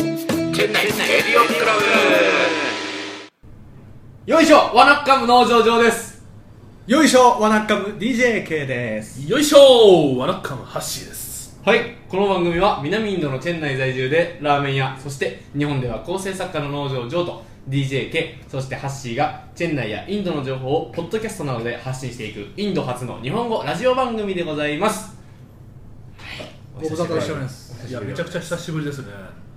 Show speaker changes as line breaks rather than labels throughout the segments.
店内レディオクラブ
よいしょワナッカム農場場です
よいしょワナッカム DJK です
よいしょーわらっかのハッシーです
はいこの番組は南インドのチェン内在住でラーメン屋そして日本では構成作家の農場場と DJK そしてハッシーがチェン内やインドの情報をポッドキャストなどで発信していくインド初の日本語ラジオ番組でございます
ご無沙汰しております
いやめちゃくちゃ久しぶりですね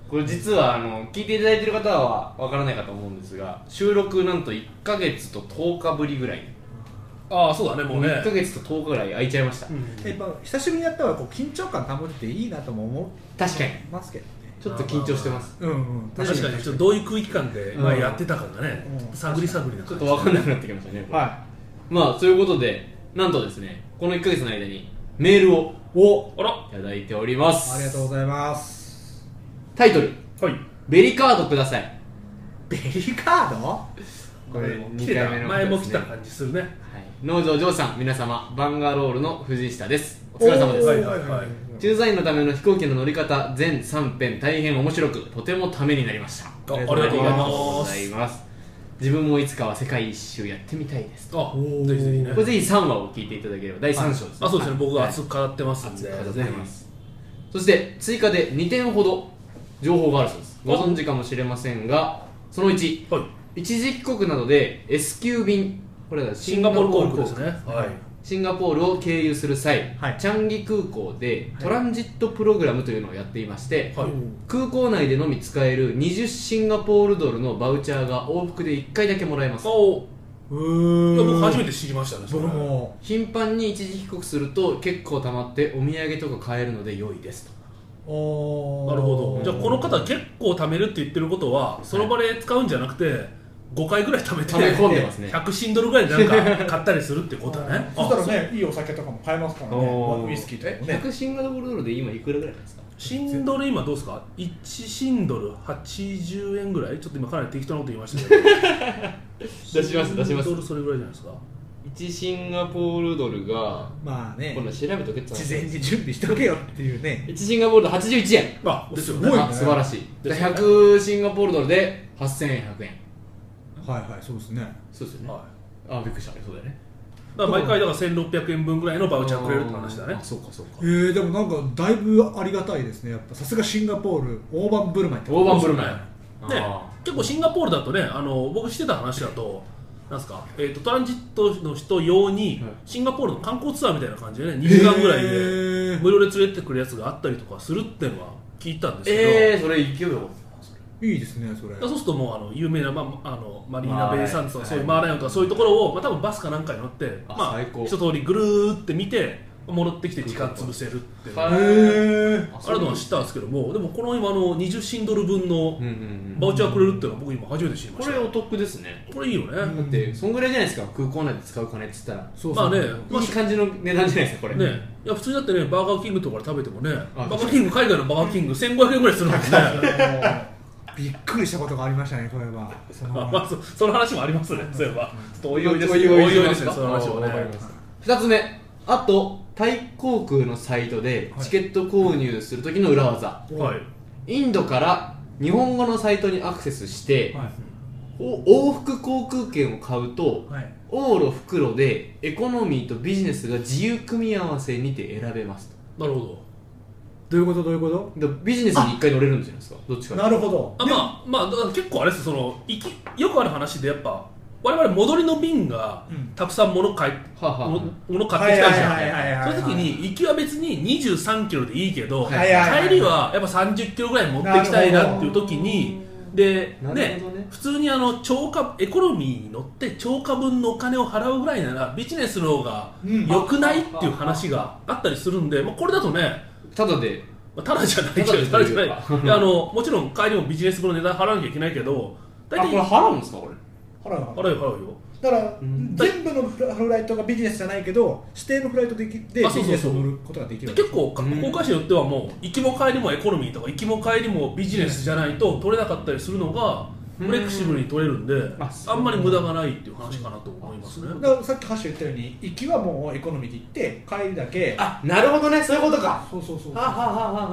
これ実はあの聞いていただいてる方はわからないかと思うんですが収録なんと1ヶ月と10日ぶりぐらい
ああそうだねもうね
1ヶ月と10日ぐらい空いちゃいました、
やっぱ久しぶりにやったらこう緊張感保てていいなとも思
確かに
いますけどね
ちょっと緊張してます
うんうん
確かにちょっとどういう空気感で、まあ、やってたからね、
うん
探り探りな
ちょ
感
っ
じ
と分かんなくなってきましたねこれ
は
まあということでなんとですねこの1ヶ月の間にメールをを
あら
いただいております
いありがとうございます
タイトル
はい
「ベリカードください
ベリカード」
これ
来
2
てた
回目の
前も
こ
来
とです
た
ね
感じするね
はい、農場ジョーさん皆様バンガロールの藤下ですお疲れ様で
おー
す
はいはいはい
駐在員のための飛行機の乗り方全3編大変面白くとてもためになりました
ああり
り
が
がと
とう
う
ご
ご
ざ
ざ
い
い
ご
ま
ざいま
す
す自分もいつかは世界一周やってみたいです
あ
おー
ぜひぜひね
これぜひ3話を聞いていただければ第3章ですね
あそうですね僕
い
が熱く語ってますん
熱
で、
く語ってますそして追加で2点ほど情報があるそうですご存知かもしれませんがその1
はい
一時帰国などで S 級便これは
シンガポール航空ですねはい
シンガポールを経由する際、
はい
チャンギ空港でトランジットプログラムというのをやっていまして、
はい
空港内でのみ使える20シンガポールドルのバウチャーが往復で1回だけもらえます
そう
う
い
ー
や僕初め
て
て知りましたねそれ
僕も
頻繁に一時帰国すると結構たまってお土産とか買えるので良いですと
おー
なるほどじゃあこの方結構貯めるって言ってることはその場で使うんじゃなくて5回ぐらい貯めて
溜め込んでますね
100シンドルぐらいでなんか買ったりするってことだね
そした
あ
らねいいお酒とかも買えますから
おー
ねウイスキーとかもね
100シンガポールドルで今いくらぐらいなんですか
シンドル今どうですか1シンドル80円ぐらいちょっと今かなり適当なこと言いましたけど
出します出します
シンドルそれぐらいじゃないですか
1シンガポールドルが
まあね
今度調べとけって
事前に準備しとけよっていうね
1シンガポールドル81円
あですよ
すごい
ね
ね
あ素晴らしい
ですよね
100シンガポールドルで8100円
はいはいそうですね
そうですよね
は
あびっくりしたそうだよね
い、だから毎回だから1600円分ぐらいのバウチャーくれるって話だね
あそうかそうか
えー、でもなんかだいぶありがたいですねやっぱさすがシンガポール大盤振る舞いって
大盤振る舞い
ね
あ、
結構シンガポールだとねあの僕してた話だとなんすか、えー、とトランジットの人用に
はい
シンガポールの観光ツアーみたいな感じでね2時間ぐらい
へ
で
ー
無料で連れてってくるやつがあったりとかするっていうのは聞いたんですけど、
ええー、それ勢いよ
いいですねそれ
だからそうするともうあの有名な、まあ、あのマリーナ・ベイ・サンズとか
はい
そういうマーライオンとかそういうところを、まあ、多分バスかなんかに乗って
あ
ま
最
あ、
高
一通りぐるーって見て戻ってきて時間潰せるっていう
は
あ
い
へえ
るのは知ったんですけどもでもこの今の20シンドル分の
うんうん
バウチャーくれるっていうのは僕今初めて知りま
こ
した
れお得ですね
これいいよね、
だってそんぐらいじゃないですか空港内で使う金っつったら
そうそう
まあね、ま
いい感じの値段じゃないですかこれ
ねいや普通だってねバーガーキングとかで食べてもね
あ
バーガーキング海外のバーガーキング1500円ぐらいするんですね
びっくりしたことがありましたねこれはその
あまあそその話もありますねそういえばちょっとおいおいです
おいおい
おいおいですね
おいおい
そ の話もね
わかりました2つ目あとタイ航空のサイトでチケット購入する時の裏技、
はい
インドから日本語のサイトにアクセスして、
はい
お往復航空券を買うと、
はい
往路袋でエコノミーとビジネスが自由組み合わせにて選べます
なるほど
どういうことどういうこ
とだからビジネスに1回乗れるんじゃないですかどっちか
と
に
なるほど
あまあまあだから結構あれですその行きよくある話でやっぱ我々戻りの便が
うん
たくさん物買い、
はあはあ
も物買ってきたじゃん、
はいはいはいはいはい
その時に行きは別に2 3キロでいいけど、
はい
はいはいはい
帰りはやっぱ3 0キロぐらい持ってきたいなっていう時にで
な
ね
るほどね
普通にあの超過エコノミーに乗って超過分のお金を払うぐらいならビジネスの方が
うん
良くないっていう話があったりするんで、まあ、これだとね
ただで
まあ、ただじゃないけど、
た
た
だ
だ
とい
じ
う
ゃ
か
ないいや。あの、もちろん帰りもビジネス分の値段払わなきゃいけないけど、
あ
大
こ
体、
れ
払
払うんですかこれ
払うのか
うよ、払うよ。
だから、
ん
全部のフライトがビジネスじゃないけど指定のフライトできで
あそうそうそう
ビジネスを乗ることができ
で
るわけ
結構、
うん
航空会社によってはもう、行きも帰りもエコノミーとか、行きも帰りもビジネスじゃないと取れなかったりするのが、
うん
フレキシブルに取れるんで、
あ
あ
そうん
まり無駄がないっていう話かなと思いますね。
だからさっきハッシュ言ったように行きはもうエコノミーで行って帰りだけ
あなるほどねそういうことか
そうそうそう
はあはあはあはあは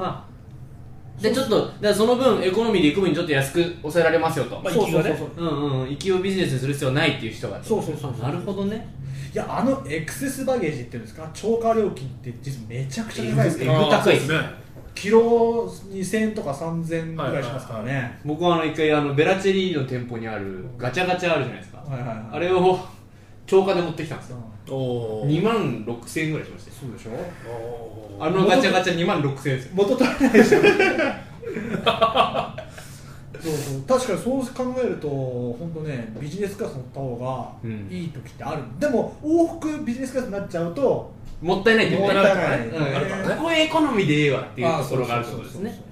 あでちょっとだからその分エコノミーで行く分ちょっと安く抑えられますよと、
まあ
そうそうそうそう
うんうんうん勢いをビジネスにする必要はないっていう人が
そうそうそうそう
なるほどね
いやあのエクセスバゲージっていうんですか超過料金って実はめちゃくちゃ高いです
え
け
ぐ
ど
高い
そうですね
キロ2000とか3000ぐらいしますからね
僕はあの一回あのベラチェリーの店舗にあるガチャガチャあるじゃないですか、
はいはいはい
あれを超過で持ってきたんです
う
よ
ん
おお
2万6000円ぐらいしましたよ
そうでしょ
おー
あのガチャガチャ2万6000円ですよ
元取れないでし ょそうそう確かにそう考えると本当ねビジネスクラス乗った方
う
が
ん
いい時ってある、でも往復ビジネスクラスになっちゃうと
もったいないって
も
こ
っ
と
たい
ね
ない、
うん
あるからね
ここエコノミーでええわっていうところがあるってことですね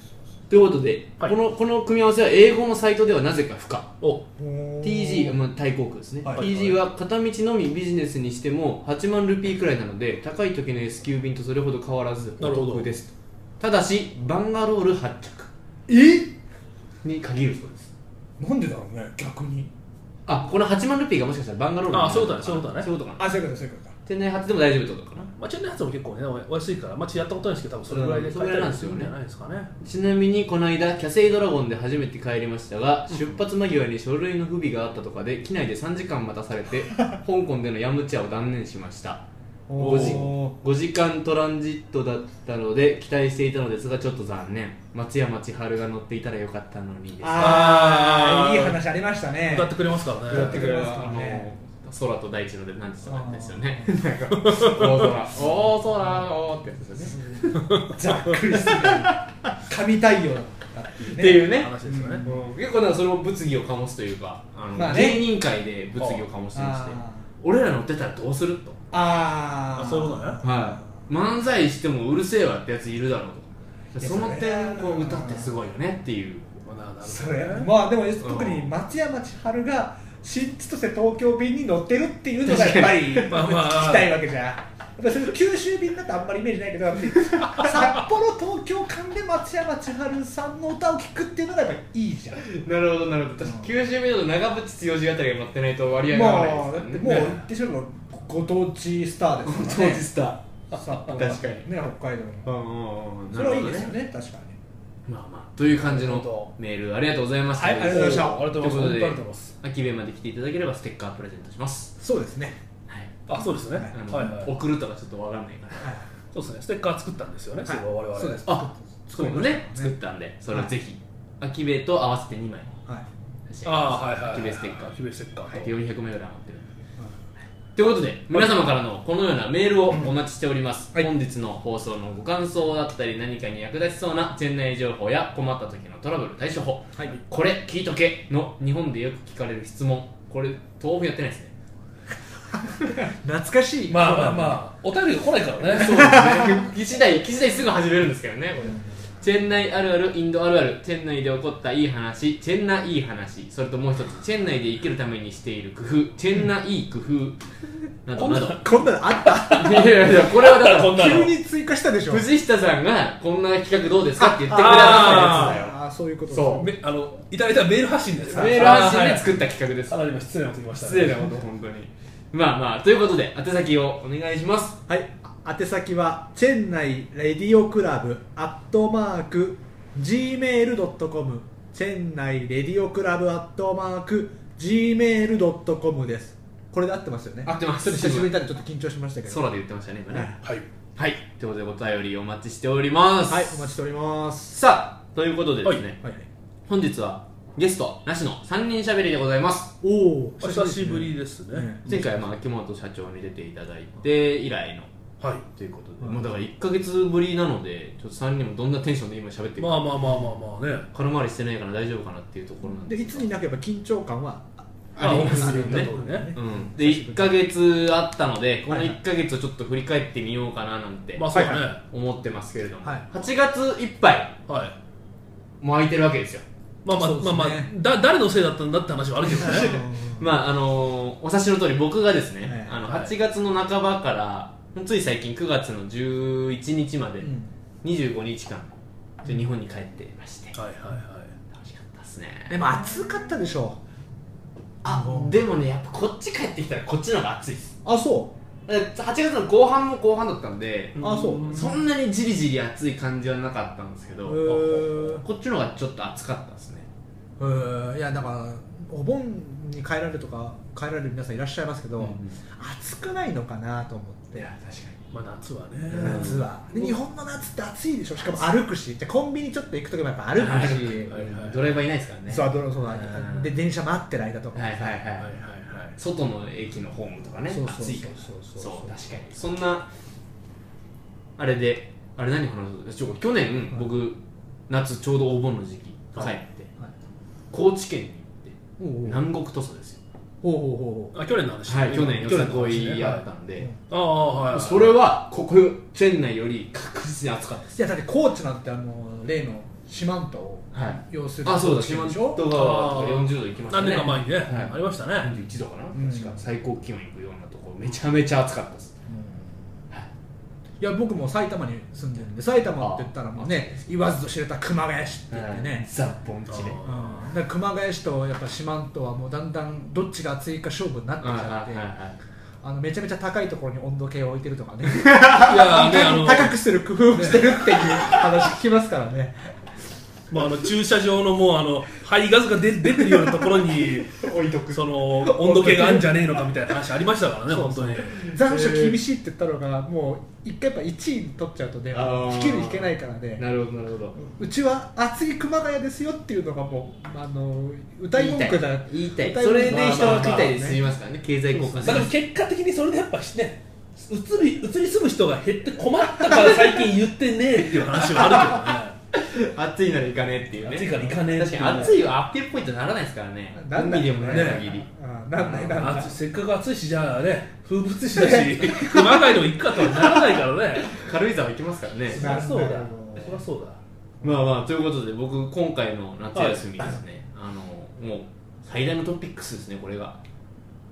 ということで、
はい
このこの組み合わせは英語のサイトではなぜか不可
お
TG、まあ、対航空ですね、
はい
TG は片道のみビジネスにしても8万ルピーくらいなので高い時の S 級便とそれほど変わらずお
なるほど
得ですとただしバンガロール発着
え
に限るそうです
なんでだろうね逆に
あこの8万ルピーがもしかしたらバンガロール
あそういうことだねそういうことだね
そういうことかな
あそういうことだそういうことだ
店内発でも大丈夫ってことかな
まあ、チェンナイ発も結構ね、お安いから、まあ、やったことないですけど、多分それぐらいで
うんそれぐらいなんですよね
買えたりるんじゃないですかね。
ちなみにこの間キャセイドラゴンで初めて帰りましたが、出発間際に書類の不備があったとかで機内で3時間待たされ て香港でのヤムチャを断念しました
お
5時
ー
5時間トランジットだったので期待していたのですがちょっと残念松山千春が乗っていたらよかったのにです
あ
あ
あ
ー
いい話ありましたね
歌ってくれますからね。
歌ってくれます
あの空と大地ので何時とかですよね
なんか
大空大空おーってやつですよね
ざっくりする神対応だったっていう
っ
ね
ていうね
話ですよね。
結構だからそれも物議を醸すというかあの、
まあね
芸人会で物議を醸してまして
あ
俺ら乗ってたらどうすると、
あー
あそういうことね
はい、漫才してもうるせえわってやついるだろうと
いや
その点こう
それ
歌ってすごいよねっていう
まあななる
そ
ほど
れ
ね
まあでも特に松山千春が新千歳東京便に乗ってるっていうのがやっぱり
まあまあ
聞きたいわけじゃんやっぱりそれ九州便だとあんまりイメージないけ どやっぱり札幌東京間で松山千春さんの歌を聴くっていうのがやっぱりいいじゃん
なるほどなるほど確か九州メドの長渕剛あたりが乗ってないと割合が合わ
まあだ
な
っ
いで
て
すからね
もう言ってしまえばご当地スターですからね
スター
札
確
幌
かに
ね北海道の
うんうんうん
そ
なる
れはい
ほど
いですよ
ね
ね確かに
まあまあという感じ
な
の
るほど
メールありがとうございました
はいありがとうございました
ありがとうございま
という
すありが
こと
うご
で
ざいます
秋部まで来ていただければステッカープレゼントします
そうですね
はい
あ、そうですね。はい
あの
はい。
送るとかちょっとわかんないから
そうですね。ステッカー作ったんですよね。
い
そういえば我々。
そうです
あそういうのね
そう
作ったんでそれをぜひ秋部と合わせて2枚
はい
あーはいはいはい。
秋部ステッカー
秋部ステッカー
400
と。
名ぐらい持ってるということで皆様からのこのようなメールをお待ちしております、
はい
本日の放送のご感想だったり何かに役立ちそうな店内情報や困った時のトラブル対処法、
はい
これ聞いとけの日本でよく聞かれる質問これ豆腐やってないですね
懐かしい
まあまあまあ、お便りが来ないからね。
そうですね記事代記事代すぐ始めるんですけどねこれチェン内あるあるインドあるあるチェン内で起こったいい話チェンないい話それともう一つチェン内で生きるためにしている工夫チェンないい工夫などなど
こんなのあった
いやいやいやこれはだから
こんな
急。
の
に追加したでしょ
藤下さんがこんな企画どうですかって言ってくれたや
あ
ああそういうこ と
そ
めあの、いただいたメール発信で
つ
すね
だよメール発信で作った企画です
あーはいかなり今失礼なこと言いました
失礼なこと本当にまあまあということで宛先をお願いします
はい宛先はチェンナイレディオクラブアットマーク gmail.com チェンナイレディオクラブアットマーク gmail.com ですこれで合ってますよね
合ってます
ちょと久しぶりだったんでちょっと緊張しましたけど
空で言ってましたね今ね
はい。
はいということでお便りお待ちしております
はいお待ちしております
さあということでですね、
はい
本日はゲストなしの3人しゃべりでございます
おお
お久しぶりですね。
前回はまあ秋元社長に出ていただいて以来の
はい。
ということで、
うん
もうだから1か月ぶりなのでちょっと3人もどんなテンションで今喋ってるか、
まあまあまあまあまあね。
空回りしてないから大丈夫かなっていうところなん
で
です
い
が
つになければ緊張感は
ありますよ
言った
ね
通りね。
うん、で1か月あったのでこの
はいはい
1か月をちょっと振り返ってみようかななんて
まあそうだね。
思ってますけれども、
はい
8月いっぱい
はい。
もう空いてるわけですよ
まあまあ、
そうです
まあ
ね
まあだ誰のせいだったんだって話はあるけどね
まああのーお察しの通り僕がですね、
はい
あの
はい
8月の半ばからつい最近9月の11日まで
うん
25日間ちょっと日本に帰ってまして、
はいはいはい
楽しかったですね
でも暑かったでしょ
あでもねやっぱこっち帰ってきたらこっちの方が暑いです
あそ
8月の後半も後半だったんで、
あそう
そんなにじりじり暑い感じはなかったんですけど、
へー
こっちの方がちょっと暑かったですね
えーいやだからお盆に帰られるとか帰られる皆さんいらっしゃいますけど、
うんうん
暑くないのかなと思って
確か
まあ夏はね
ん
夏は、で日本の夏って暑いでしょしかも歩くしじゃあコンビニちょっと行く時もやっぱ歩
は
くし、
い
はいはい
ドライバーいないですからね
そう
は
あとそうだ
うん
で電車待ってる間とか
い
も
はいはい、
はいはいはい
外の駅のホームとかね
そうそうそう
暑いから
そうそう
そ
そう
う確かにそんなあれであれ何話すちょ去年、
い
僕夏ちょうどお盆の時期帰って、
はい
高知県に
おうおう
行って南国土佐ですよ
ほうほうほう
あ去年の話
はい去年よさこ
い
いやったんで、
ああはいはい
それはここチェン内より確実に暑かったです
いやだって高知なんてあの例の四万十を
はい
要する
あそうだ
高知
四
県
万
で
十
しょ
川とか40度行きました
何
ね
年か前にね、
はい
ありましたね
41度かな、
うん
確か最高気温行くようなところめちゃめちゃ暑かったです
うん
はい
いや僕も埼玉に住んでるんで埼玉って言ったらもうね言わずと知れた熊谷市って言ってね、
ザ・盆地で
あ
うん、だから熊谷市とやっぱ四万十はもうだんだんどっちが暑いか勝負になってきちゃって、あのめちゃめちゃ高いところに温度計を置いてるとかね
いやーねあの
高くする工夫をしてるっていう話聞きますからね
まあ、あの駐車場のもうあの排ガスが出出てるようなところ に
置いとく
その温度計があるんじゃねえのかみたいな話ありましたからね本当に
残暑厳しいって言ったのがもう一回やっぱ1位に取っちゃうとね
あー
引ける引けないからね
なるほどなるほど
うちは暑い熊谷ですよっていうのがもうあの歌い文句だ
言いたい
歌
そ
文句
れで人は食いたいで済みますからね経済効果
まあ、でも結果的にそれでやっぱしね移り移り住む人が減って困ったから 最近言ってねえっていう話はある
暑いなら行かねえっていうね
暑いから行かねえっ
確
ていう
かに暑いはアピールポイントにならないですからね
なんない
海でもない限り、
あーなんない
けど
な
ね
んない
暑いせっかく暑いしじゃあね風物詩 だし熊谷でも行くかとはならないからね
軽井沢行きますからね
そりゃそうだ
なる
そりゃそうだ
まあまあということで僕今回の夏休みですね、あのもう最大のトピックスですねこれが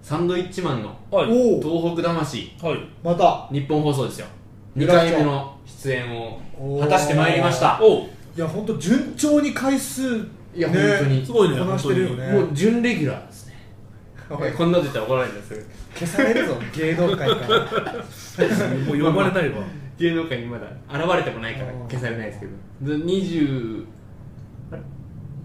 サンドイッチマンの
はい
おお
東北魂
はい
また
日本放送ですよ2
よろしく
回目の出演を果たしてまいりました
おう
いや本当順調に回数
いや、
ね
本当に
すごいね
こなしてるよね
もう準レギュラーですね
おい
こんなこと言ったら怒られるんですけど
消されるぞ芸能界から
もう呼ばれない わ
芸能界にまだ現れてもないから消されないですけどで20あれ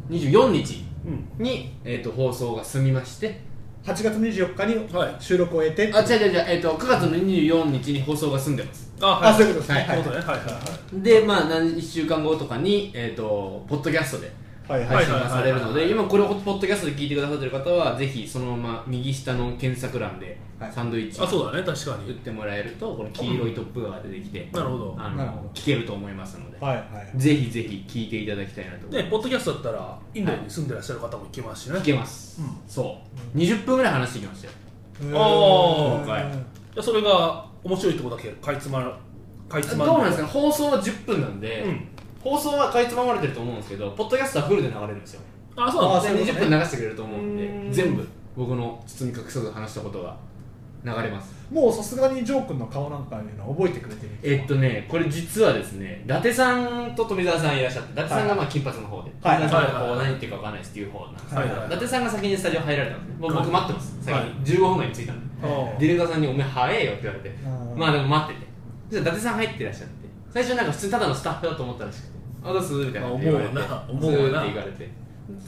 24日
うん
に、えー、と放送が済みまして
8月24日に
はい
収録を終えて、
あ違う違う違う、えー、と9月の24日に放送が済んでます
あはい
あそういうことですね
はい
そう
はい
いうことねはいはいはい
でまあ何1週間後とかに、えー、とポッドキャストで
はいはい
配信がされるので今これをポッドキャストで聞いてくださってる方はぜひそのまま右下の検索欄で
はい
サンドイッチ
あそうだね確か
打っ
に
てもらえるとこの黄色いトップが出てきて
なるほど
あ
なるほ
の
ど
聞けると思いますので、
はいはい
ぜひぜひ聞いていただきたいなと思い
ね
ます、
ポッドキャストだったらインドに住んでらっしゃる方も行けますしね
聞けます、
う
そう20分ぐらい話してきましたよ
あー
はい
じゃあそれが面白いとこだけかいつまるかいつま
どうなんです
か
かね放送は10分なんで、
うん
放送はかいつままれてると思うんですけどポッドキャストはフルで流れるんですよ
あそうなん
あ
だ
で
そういうこと
20
ね
分流してくれると思うんで
うん
全部僕の包み隠さず話したことが流れます
もうさすがにジョー君の顔なんかいうのは覚えてくれてる
えっとねこれ実はですね伊達さんと富澤さんいらっしゃって伊達さんがまあ金髪の方で、
はい
富澤さんが
はい
こ
は
う
い
何言ってるか分からないですっていう方なんですけど、
はいはい
伊達さんが先にスタジオ入られたんですねもう
は
僕
い
待ってます先に、
はい
15分前に着いたんで
あ
ディレクターさんに「お前早えよ」って言われて
うん
まあでも待っててじゃあ伊達さん入ってらっしゃって最初なんか普通にただのスタッフだと思ったらしくて「あどうす?」みたいなこと言われて
まあ思うわな思うわ
ずーっ
な
て言われて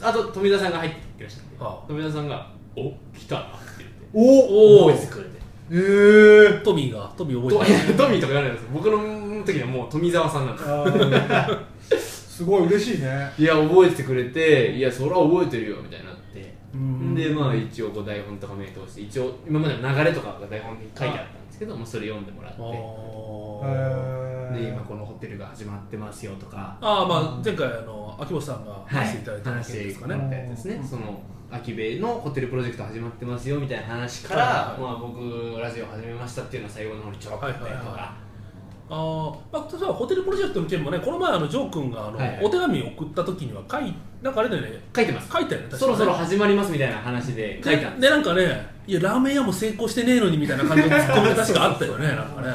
あと富澤さんが入ってきてらっしゃって
ああ
富澤さんが「お来たな」って言って
おお
おお
覚えてくれて
え ー、
トミーがトミー
と
覚
い
え
や
てる
トミーとか言われるんですよ僕の時はもう富澤さんなんです
あーすごい嬉しいね
いや覚えてくれていやそれは覚えてるよみたいになって
うん
でまあ一応こう台本とか目通して一応今までの流れとかが台本に書いてあったんですけどもうそれ読んでもらっ
あ
て
ー
で
で今このホテルが始まってますよとか
あーまあ前回あの秋元さんが
は
話してい
い
ただいた
話
話
して
で
い
す
く
か
ね
ね、
みたいですねその秋部のホテルプロジェクト始まってますよみたいな話か
は
ら
い
まあ僕ラジオ始めましたっていうのは最後の方にちょろっとやったりと
はいはい
か
あーまあ例えばホテルプロジェクトの件もねこの前あのジョー君があの、
はいはい
お手紙を送った時には書いなんかあれだよね
書いてます
書いたよね確かね
そろそろ始まりますみたいな話で書いたんです
でなんかねいやラーメン屋も成功してねえのにみたいな感じのツッコミが確かあったよねなんかね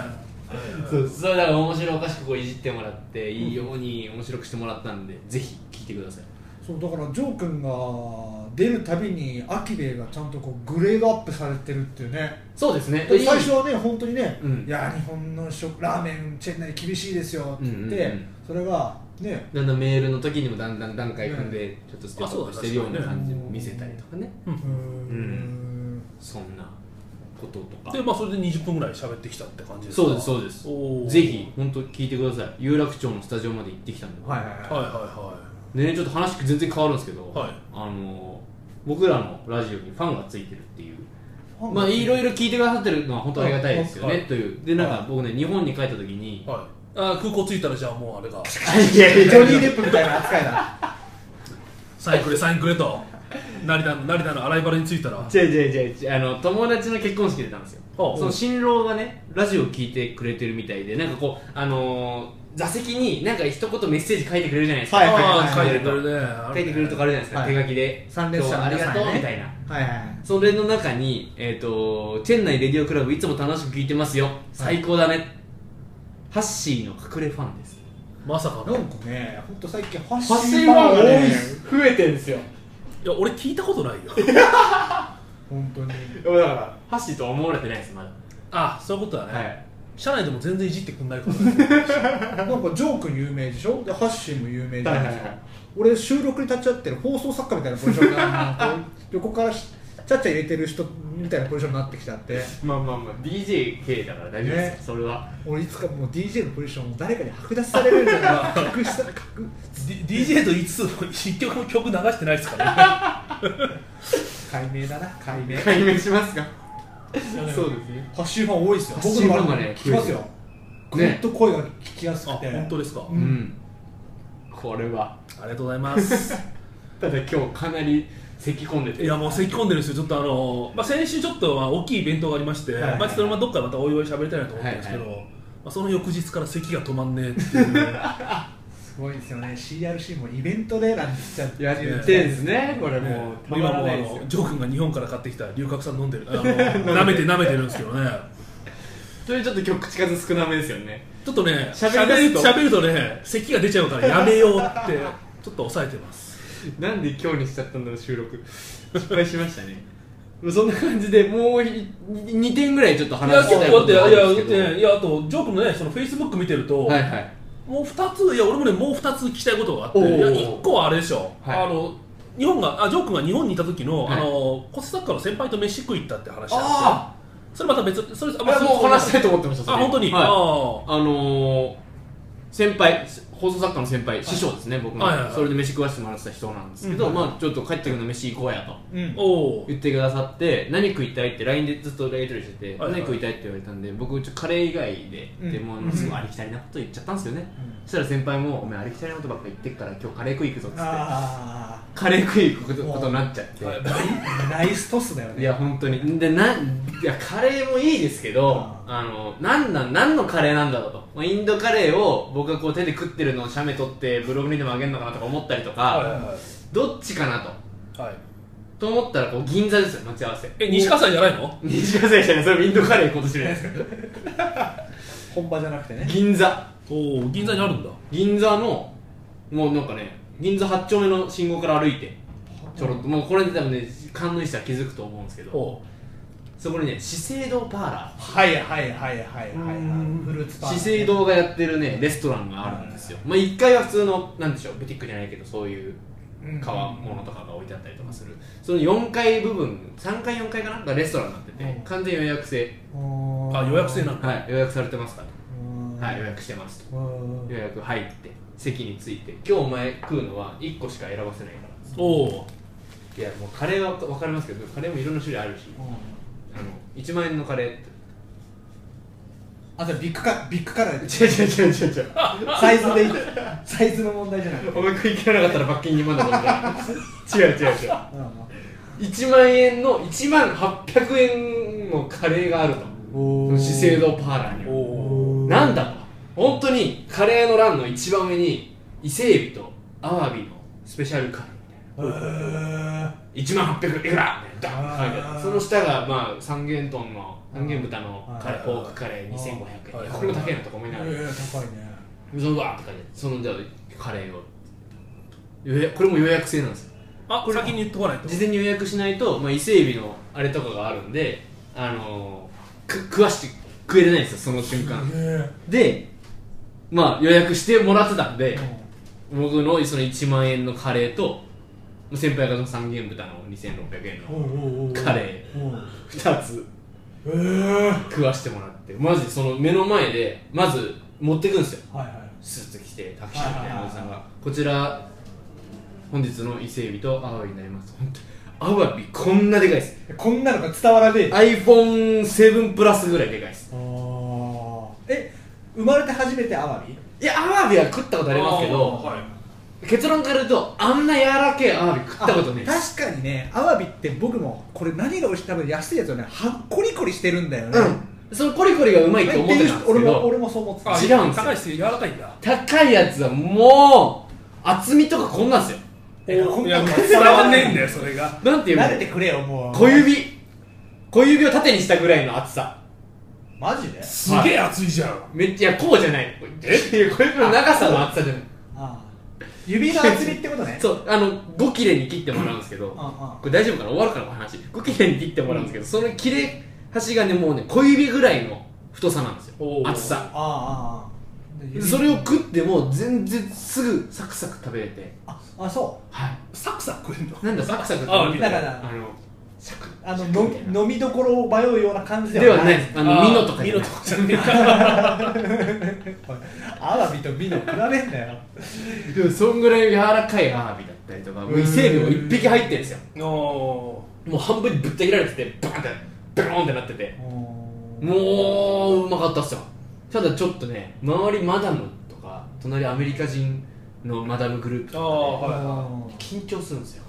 そうそれだから面白おかしくこういじってもらっていいように面白くしてもらったんで、ぜひ聞いてください
そうだからジョー君が出るたびにアキベがちゃんとこうグレードアップされてるっていうね
そうですね
最初はね本当にね、
うん
いや日本の食ラーメンチェーン内厳しいですよって言
うん
って、
うんうん
それがね
だんだんメールの時にもだんだん段階踏んでちょっとステップアップしてるような感じも見せたりとかね
うーん
そんなこととか
でまあそれで20分ぐらい喋ってきたって感じですか
そうですそうです
おー
ぜひ本当聞いてください有楽町のスタジオまで行ってきたんで、
はいはい
は
は
いはいいはい
でねちょっと話全然変わるんですけど、
はい
あの僕らのラジオにファンがついてるっていう
ファンが
まあいろいろ聞いてくださってるのは本当ありがたいですよね、
はい
というでなん
は
か僕ね日本に帰った時に、
はいあー空港着いたらじゃあもうあれが
いやい
ジョニー・デップみたいな扱いだ
サインくれサインくれと成田の成田の洗い場に着いたら
違う違う違う違うあの友達の結婚式出たんですよ
ほう
その新郎がねラジオ聞いてくれてるみたいでなんかこうあのー座席になんか一言メッセージ書いてくれるじゃないですか、
はいはい
あ
は
あ
い
書
はい
てくれるね
書いてくれるとかあるじゃないですか、
はい
手書きで
参列者
今
の
日あり
皆
が
さん
と
ね
うみたいな
はいはい
それの中に、えーと「チェンナイレディオクラブいつも楽しく聞いてますよ最高だね」ハッシーの隠れファンです
まさか
な
のい
んかね本当最近ファッシ
ハッシーフ
ーフ
ァ
ァ
ンが
ンが
ね
ね
増えてるんですよ
や俺聞いたことない よ
本当に
でもだからハッシーとは思われてないですまだ
あそういうことだね、
はい
社内でも全然いじってくんないからね
なんかジョー君有名でしょでハッシーも有名じゃない
はい
ですか、
はいはい
俺収録に立ち会ってる放送作家みたいなポジションがこう 横からしちゃっちゃ入れてる人みたいなポジションになってきちゃって
まあまあまあ DJK だから大丈夫ですよ、
ね
それは
俺いつかもう DJ のポジションを誰かに剥奪されるんじゃない か隠した隠
D- DJ と言いつつも一曲も曲流してないですからね
解明だな解明
解明しますか
や
そうですね
ハッシーファン多いですよ
ハッシーファンが
僕の周り
ね
も聞きますよ
増
ぐっと声が聞きやす
あ
くて、
本当ですか、
うん、これは
ありがとうございます
ただ今日かなり咳き込んでて
いやもう咳き込んでるんですよちょっとあの、まあ、先週ちょっとまあ大きいイベントがありまして、
いはい
まあ、それもどっかまたお祝い喋りたいなと思ってるんですけど、
はい
まあ、その翌日から咳が止まんねえっ ていう
すごいですよね CRC もイベントでなんて言っちゃ
や
っ
っててんですねこれもう
ね
たま
今も
ら
うあ
ないですよ
のジョー君が日本から買ってきた龍角散飲んでる あの舐めて舐めてるんですけどね
それちょっと今日口数少なめですよね
ちょっとね
喋り出すと
喋るとね咳が出ちゃうからやめようってちょっと抑えてます
なんで今日にしちゃったんだろう収 録失敗しましたねそんな感じでもう2点ぐらいちょっと
いや
話し
結
たい
構だ
こ
ってい
とがあ
やいや
るんで
だっ
すけど
てねいやあとジョー君のねそのフェイスブック見てると、
はいはい
もう2ついや俺もねもう2つ聞きたいことがあって
おー
いや1個はあれでしょ、
はい
あの日本があジョー君が日本にいた時の、
はい
あのコスサッカーの先輩と飯食い行ったって話あ
あ
それまた別それあ
あれもう話したいと思ってましたそ
あ
れ
本当に、
はい
あ
あのー、先輩放送作家の先輩、師匠ですね僕の、
はいはいはい
それで飯食わしてもらってた人なんですけど、
うん
まあちょっと帰ってくるの飯行こうやと
うん
ーおー
言ってくださって何食いたいって LINE でずっとやり取りしてて、
はいはい
何食いたいって言われたんで僕ちょっとカレー以外で、
うん
でもうすごいありきたりなこと言っちゃったんですよね、
うん
そしたら先輩も「お前ありきたりなことばっか言ってっから今日カレー食い行くぞ」っつって
あ
カレー食い行くことことになっちゃって、
はい
あナイストスだよね
いや本当にでなんいやカレーもいいですけど
う
あのなんなん何のカレーなんだろうとまあインドカレーを僕がこう手で食ってるのを写メ撮ってブログにでもあげるのかなとか思ったりとか、
はいはいはい
どっちかなと
はい、
と思ったらこう銀座ですよ待ち合わせ
え西川さんじゃないの
西川選手はそれもインドカレー今年じゃないですか
本場じゃなくてね
銀座
おお銀座にあるんだ
銀座のもうなんかね銀座8丁目の信号から歩いてちょろっともうこれで多分ね勘のいい人は気づくと思うんですけど
お
そこにね資生堂パーラー
はいはいはいはいはいは
う
い
ん
フルーツパン
資生堂がやってるねレストランがあるんですよ、まあ、1階は普通のなんでしょうブティックじゃないけどそういう
うん
革物とかが置いてあったりとかするその4階部分3階4階かながレストランになってて、
うん
完全予約制
あ予約制なんだ、
はい予約されてますから、
うん
はい予約してますと
うん
予約入って席について今日お前食うのは1個しか選ばせないから
おお
いやもうカレーは分かりますけどカレーもいろんな種類あるしあの1万円のカレーって
あじゃあビッグカビッグカラーで
違う違う違う違う違う
サイズでいいサイズの問題じゃない
お前食い切らなかったら罰金2万だもんな 違う違う違う
う
1万円の1万800円のカレーがある
お
と資生堂パーラーには
お
お
なんだと本当にカレーの欄の一番上に伊勢エビとアワビのスペシャルカレー
ん
み
へ
たいな1万800いくらみたいなダンって書いてあ
あ
る
ー
その下がまあ三元豚の三元豚のカレー
あー
ポークカレー2500円
はいい
やこれも高いなとか思いながら
え高いね
そのわーって書いてあるそのじゃあカレーを予約これも予約制なんですよ
あこれ先に言っとかないと
事前に予約しないと、まあ、伊勢海老のあれとかがあるんで、あのーく食わして食えれないんですよその瞬間
え
で、まあ、予約してもらってたんで
え
僕のその1万円のカレーと先輩が三元豚の2600円のカレー2つ
ええ
食わしてもらってマジでその目の前でまず持ってくんですよ
はいはい
スーツ着てタクシーみたいなおじさんがこちら本日の伊勢海老とアワビになります本当にアワビこんなでかいです
こんなのが伝わらねえ
iPhone7 プラスぐらいでかいです
あーえ生まれて初めてアワビ
いやアワビは食ったことありますけ
あー
ど
はい
結論から言うとあんな柔らけえアワビ食ったことねえです
確かにねアワビって僕もこれ何が美味しい多分安いやつはねはコリコリしてるんだよね、
うんそのコリコリがうまいって思ってたんですけ
俺も
ど
俺もそう思ってた
あ違うんですよ
高いですよ柔らかいんだ
高いやつはもう厚みとかこんなんですよ
えこん
い
な
や
の
もう伝わんねえんだよ それが
なんていうの
慣れてくれよもう
小指小指を縦にしたぐらいの厚さ
マジです
げえ熱いじゃん
めっちゃいやこうじゃないえいや小指の長さの厚さじゃない
ああ指の厚みってこと ね
そうあの5切れに切ってもらうんですけど、
うんうん
これ大丈夫かな終わるかなこの話5切れに切ってもらうんですけど、その切れ端がねもうね小指ぐらいの太さなんです
お
よ
ー
厚さ
ああああ
それを食っても全然すぐサクサク食べれて
ああそ
は
サクサク食えんの
いなんだサクサク食
あ
べ
み
れ
た
て
いな
あのサク
うあの
サクみたいな
の飲みどころを迷うような感じ
で
では
は
な
ない
い
ですあのミノとか
ミ
じゃ
ノ
ない
とかじゃねえか
アワビとミノ比べんなよ
でもそんぐらい柔らかいアワビだったりとかもう伊勢海老も1匹入ってるんですよ
お
もう半分にぶった切られててバーンってブローンってなってて
も
もううまかったっすよただちょっとね周りマダムとか隣アメリカ人のマダムグループとか
ああ
で、
はいは
緊張するんですよ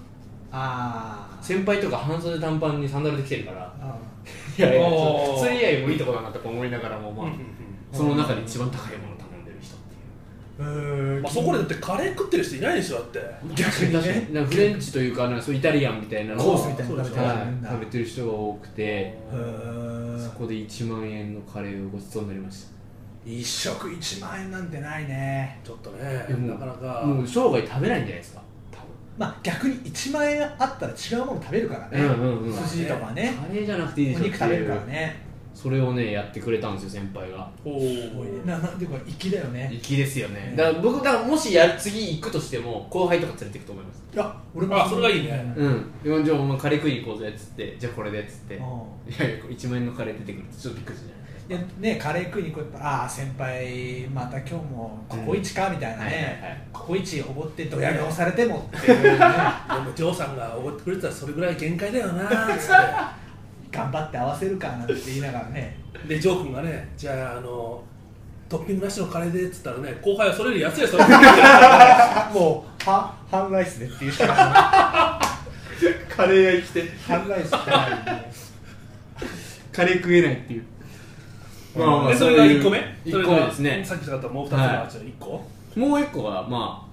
あ
先輩とか半袖短パンにサンダルで来てるから
あ
いやいや
あー
ちょっとそれ以外もいいとこだなとか思いながらも、
い
ま
う
あ
んうんうん
その中で一番高いもの頼んでる人っていう
うん
まあそこでだってカレー食ってる人いないでしょだって
逆に
ね
なんかフレンチというかなんかそうイタリアンみたいなのを
コースみたいなの食べて
は
るん
い
だ
食べてる人が多くて
へー
そこで1万円のカレーをごちそうになりました
一食一万円なんてないね
ちょっとね
いやもう
なかなか
もう生涯食べないんじゃないですか多
まあ逆に一万円あったら違うもの食べるからね
分うんうんうん
寿司とかね
カレーじゃなくていいで
お
しょ
肉食べるからね
それをねやってくれたんですよ先輩が
す
お
ごいね
ー
ななんていうか粋だよね
粋ですよね
ね
だから僕だからもしや次行くとしても後輩とか連れて行くと思います
いや俺
あそれがいいね
うんでじゃあお前カレー食いに行こうぜっつってじゃあこれでっつってい
うん
やいや1万円のカレー出てくるってちょっとびっくりするじゃない
でね、カレー食いに行くとああ先輩また今日もココイチかみたいな
はいはいは
ね
い
ココイチおごってドヤ顔されてもっていうね
でもジョーさんがおごってくれてたらそれぐらい限界だよなーっつっ
頑張って合わせるかなんて言いながらね
てでジョー君がねじゃああのトッピングなしのカレーでっつったらね後輩はそれより安いやつを
もうは半ライスでっていうしか ない
カレーが生きて
半ライスしかないね
カレー食えないっていうまあまあ
でそれが1個目
1個目ですね
さっき使ったもう2つの話の1個
もう1個がまあ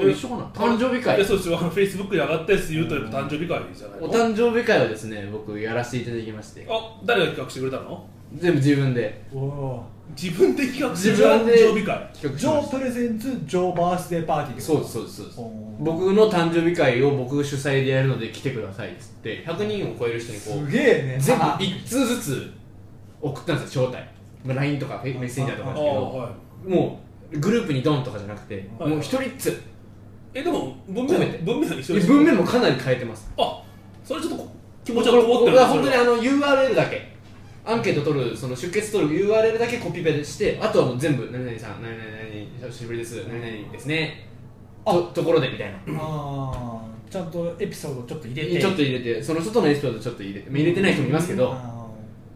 え
一緒かな誕生日会
でそうですよフェイスブックに上がったやつ言うとやっぱ誕生日会じゃない
お
の
誕生日会をですね僕やらせていただきまして
あ誰が企画してくれたの
全部自分で
おお
自分で企画する
自分
誕
で
生日会
企画し
ジ
ま
ョ
し
ープレゼンツジョーバースデーパーティー
たそうですすそうですそうです
おー
僕の誕生日会を僕主催でやるので来てくださいっつって100人を超える人にこ
す
う
げえね
全部
あ
1通ずつ送ったんですよ招待、まあ、LINE とかフェイメッセンジャーとか
あ
なん
あ
ですけど
はい
もうグループにドンとかじゃなくて
はい
もう一人っつ
えでも文
込めて
面文面は一緒でしょ
文面もかなり変えてます
あそれちょっとこ気
こ
持ちがこもって
れ
る
は本当にあの URL だけアンケート取るその出血取る URL だけコピペしてあとはもう全部何々さん何々何々久しぶりです何々ですねとところでみたいな
あーちゃんとエピソードちょっと入れて
ちょっと入れてその外のエピソードちょっと入れてまあ入れてない人もいますけど
あ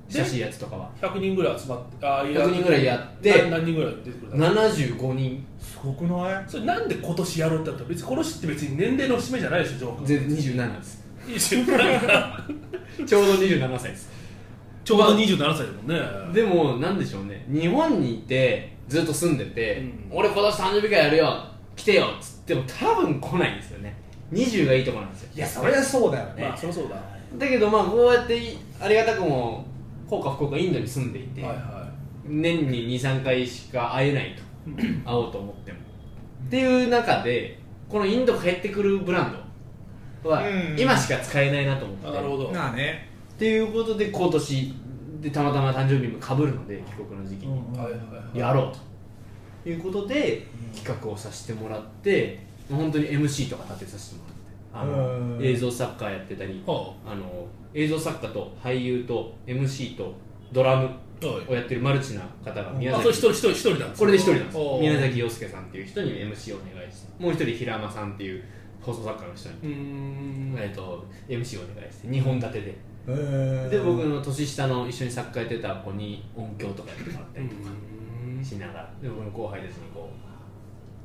親しいやつとかは
100人ぐらい集まってあ
100人ぐらいやって
な何人ぐらい出てくる
75人
ーすごくない
それなんで今年やろうってなったら別にこの人って別に年齢の節目じゃないでしょジョー君
全27です
27
ちょうど27歳です
ちょうど27歳だもんね
でもなんでしょうね日本にいてずっと住んでて、
うん
俺今年誕生日会やるよ来てよっつっても多分来ないんですよね20がいいとこなんですよ
いやそりゃそうだよね
まあそりゃそうだは
だけどまあこうやっていありがたくも福岡福岡インドに住んでい
い
て、
は
年に23回しか会えないと
い
会おうと思ってもっていう中でこのインドが減ってくるブランドは
うん
今しか使えないなと思って、
なるほど
なあね
っていうことで今年でたまたま誕生日もかぶるので帰国の時期に
はいはいは
やろうということで企画をさせてもらって本当に MC とか立てさせてもらってあの
うん
映像作家やってたり
いは
あの映像作家と俳優と MC とドラム
あはい
をやってるマルチな方が宮
あ、
崎
そう一人一人一人なんです
これで一人なんです
おー
宮崎洋介さんっていう人に MC をお願いしてもう一人平間さんっていう放送作家の人に、
うーん
えっと MC をお願いして2本立てで、
へー
で僕の年下の一緒に作家やってた子に音響とかやってもらったりとかしながらで僕の後輩たちにこ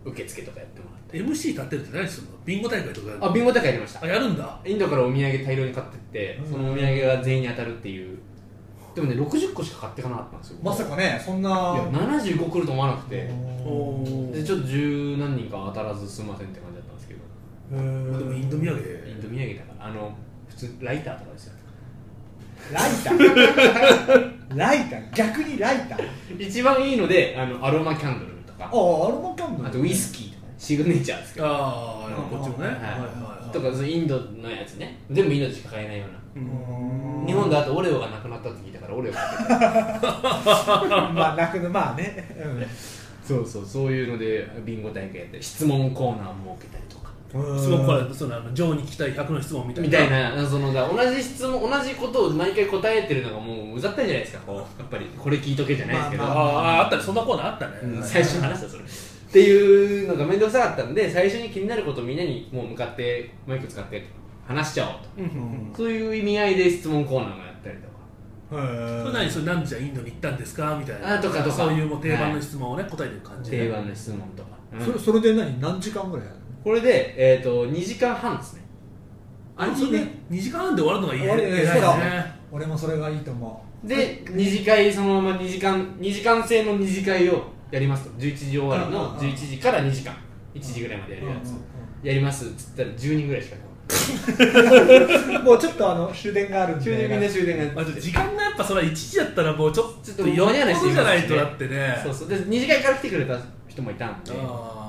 う受付とかやってもらっ
MC 立ってるって何するのビンゴ大会とかやる
てあビンゴ大会やりました
あやるんだ
インドからお土産大量に買ってってそのお土産が全員に当たるっていうでもね60個しか買ってかなかったんですよ
まさかねそん
いや
な
75来ると思わなくて
おー
でちょっと十何人か当たらずすんませんって感じだったんですけど
へー
でもインド土産
インド土産だからあの普通ライターとかですよ
ライター ライター逆にライター
一番いいのであのアロマキャンドルとか
ああアルマキャンドル
あとウイスキーとかシグネチャーですけど
ああこっちもね
は
はいいはいはい
とかそのインドのやつね全部インドでしか買えないような
う
うんーん
日本だとオレオがなくなったって聞いたからオレオ買ってた
まあなくのまあね、
そうそうそういうのでビンゴ大会やったり質問コーナー設けたりとか
うん、
質問これそのあのジョーに聞きたい100の質問みたいな
みたいなそのだ同じ質問同じことを毎回答えてるのがもううざったんじゃないですかこうやっぱりこれ聞いとけじゃないですけど、
ま
あああったねそんなコーナーあったね、
うん最初の話だそれっていうのが面倒くさかったんで最初に気になることをみんなにもう向かってマイク使って話しちゃおうと
うんうんうん
そういう意味合いで質問コーナーもやったりとか
へ
そ
ー
れ何それ何時はインドに行ったんですかみたいな
あとかとか
そういうもう定番の質問をね、答えてる感じで
定番の質問とか、うん
それそれで何何時間ぐらいやるの
これで、えー、と2時間半ですねあ
あそれね2時間半で終わるのがいいね
終わるね
偉い
そう
ね
俺もそれがいいと思
で二次会そのまま2時間二時間制の2次会をやりますと11時終わり
うんうんう
の
ん
11時から2時間1時ぐらいまで
う
やるやつ
うん
やりますっつったら10人ぐらいしか来ない
うんうんもうちょっとあの終電があるんで
終電みんな終電が
あと時間がやっぱそれは1時だったらもうちょ
ちょ
っ
っと
と
間に合わない人いますしね
じゃないとだってね
そうそうで二次会から来てくれた人もいたんで
あー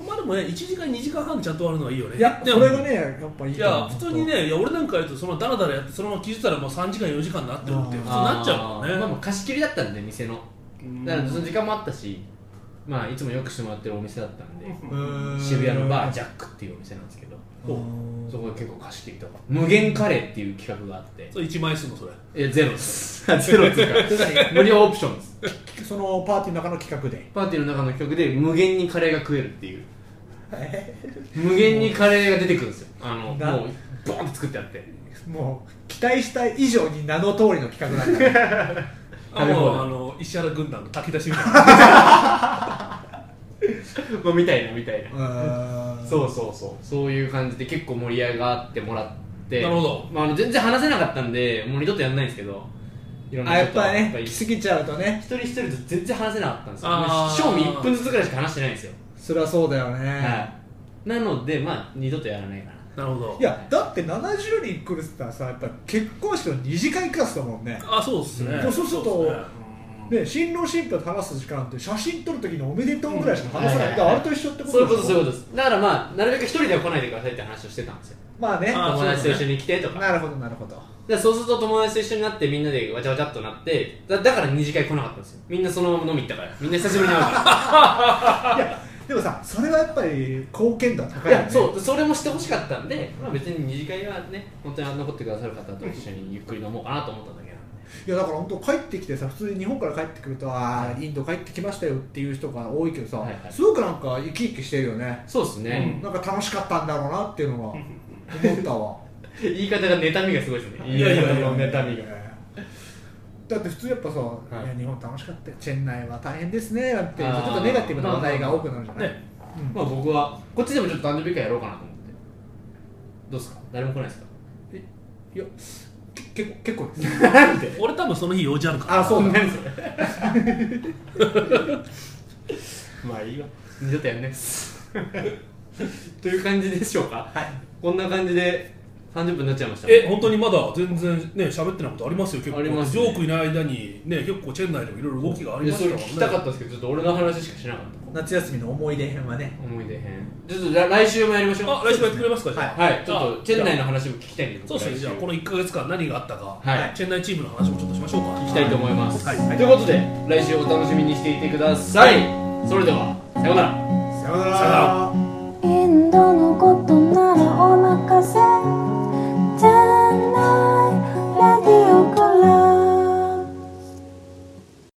まあでもね1時間2時間半ちゃんと終わるのがいいよね
いや
で
そ
も
れがねやっぱいい
い
と思う
や普通にねいや俺なんかやるとそのダラダラやってそのまま気づいたらもう3時間4時間になってるって普通になっちゃうもんね
あーまあまあ貸し切りだったんで店のだからその時間もあったしまあいつもよくしてもらってるお店だったんで
うーん
渋谷のバージャックっていうお店なんですけど
う
そこで結構貸し切りとか無限カレーっていう企画があって
それ1枚数のそれ
えゼロです ゼロっていうか無料オプションです
んそのパーティーの中の企画で
パーティーの中の企画で無限にカレーが食えるっていう無限にカレーが出てくるんですよあの
な
もうボーンって作ってあって
もう期待した以上に名の通りの企画だった
あ
なるほ
もう
ど
あの石原軍団の炊き出しみたいな
まあみたいなみたいな
うー ん
そうそうそうそういう感じで結構盛り上がってもらって
なるほど
まあ、あの全然話せなかったんでもう二度とやんないんですけどいろんな
あやっ
ことは
ぱね
り
来
一
すぎちゃうとね
人一人と全然話せなかったんですよ
あー
正味1分ずつぐらいしか話してないんですよ、
そりゃそうだよね、
はいなのでまあ二度とやらないかな
なるほど
い、やだって70人来るっつったらさやっぱ結婚式の二次会クラスだもんね
あそうですね
そうそうすると
っすね
で新郎新婦と話す時間って写真撮る時のおめでとうぐらいしか話さない、
うん
だからあれと一緒ってこと
そういうこと
でしょ
そういうことですだからまあなるべく一人では来ないでくださいって話をしてたんですよ
まあね
あ
友達と一緒に来てとか
なるほどなるほど
でそうすると友達と一緒になってみんなでわちゃわちゃっとなってだだから二次会来なかったんですよみんなそのまま飲み行ったからみんな久しぶりに会うから
いやでもさそれはやっぱり貢献 度は高
い
いよね
やそうそれもしてほしかったんで、まあ、別に二次会はね本当に残ってくださる方と一緒にゆっくり飲もうかなと思っただけなんで
いやだから本当帰ってきてさ普通に日本から帰ってくるとああインド帰ってきましたよっていう人が多いけどさ、
はいはい
すごくなんか生き生きしてるよね、
そうですね、
なんか楽しかったんだろうなっていうのは思ったわ
言い方が妬みがすごいですね
いやいやいや
妬みが
だって普通やっぱさ、
い
い、や日本楽しかったよチェンナイは大変ですねなんていう
あー
ちょっとネガティブな話題が多くなるじゃない、
ね
うん
まあ僕はこっちでもちょっと誕生日会やろうかなと思ってどうですか誰も来ないですか
いやけ結構結構です
なんで
俺多分その日用事あるから
あそうだ
何それまあいいわ二 度とやんないっすという感じでしょうか、はい、こんな感じで30分になっちゃいました
え本当にまだ全然ね喋ってないことありますよ結構
あります
ジョークいない間にね結構チェン内でもいろいろ動きがあり
で
まし
そ
た
れ
からね
聞きたかったんですけどちょっと俺の話しかしなかっ
夏休みの思い出編はね
た思い出編ちょっとじゃあ来週もやりましょう
あ来週もやってくれますかじゃあ
はいちょっとチェン内
じゃ
の話も聞きたいんで
あそうですねじゃあこ
の
の1か月間何があったか、
はい
チェン内チームの話もちょっとしましょうか
聞きたいと思います
はい
ということで来週お楽しみにしていてくださいそれではさようなら
さような
さよなら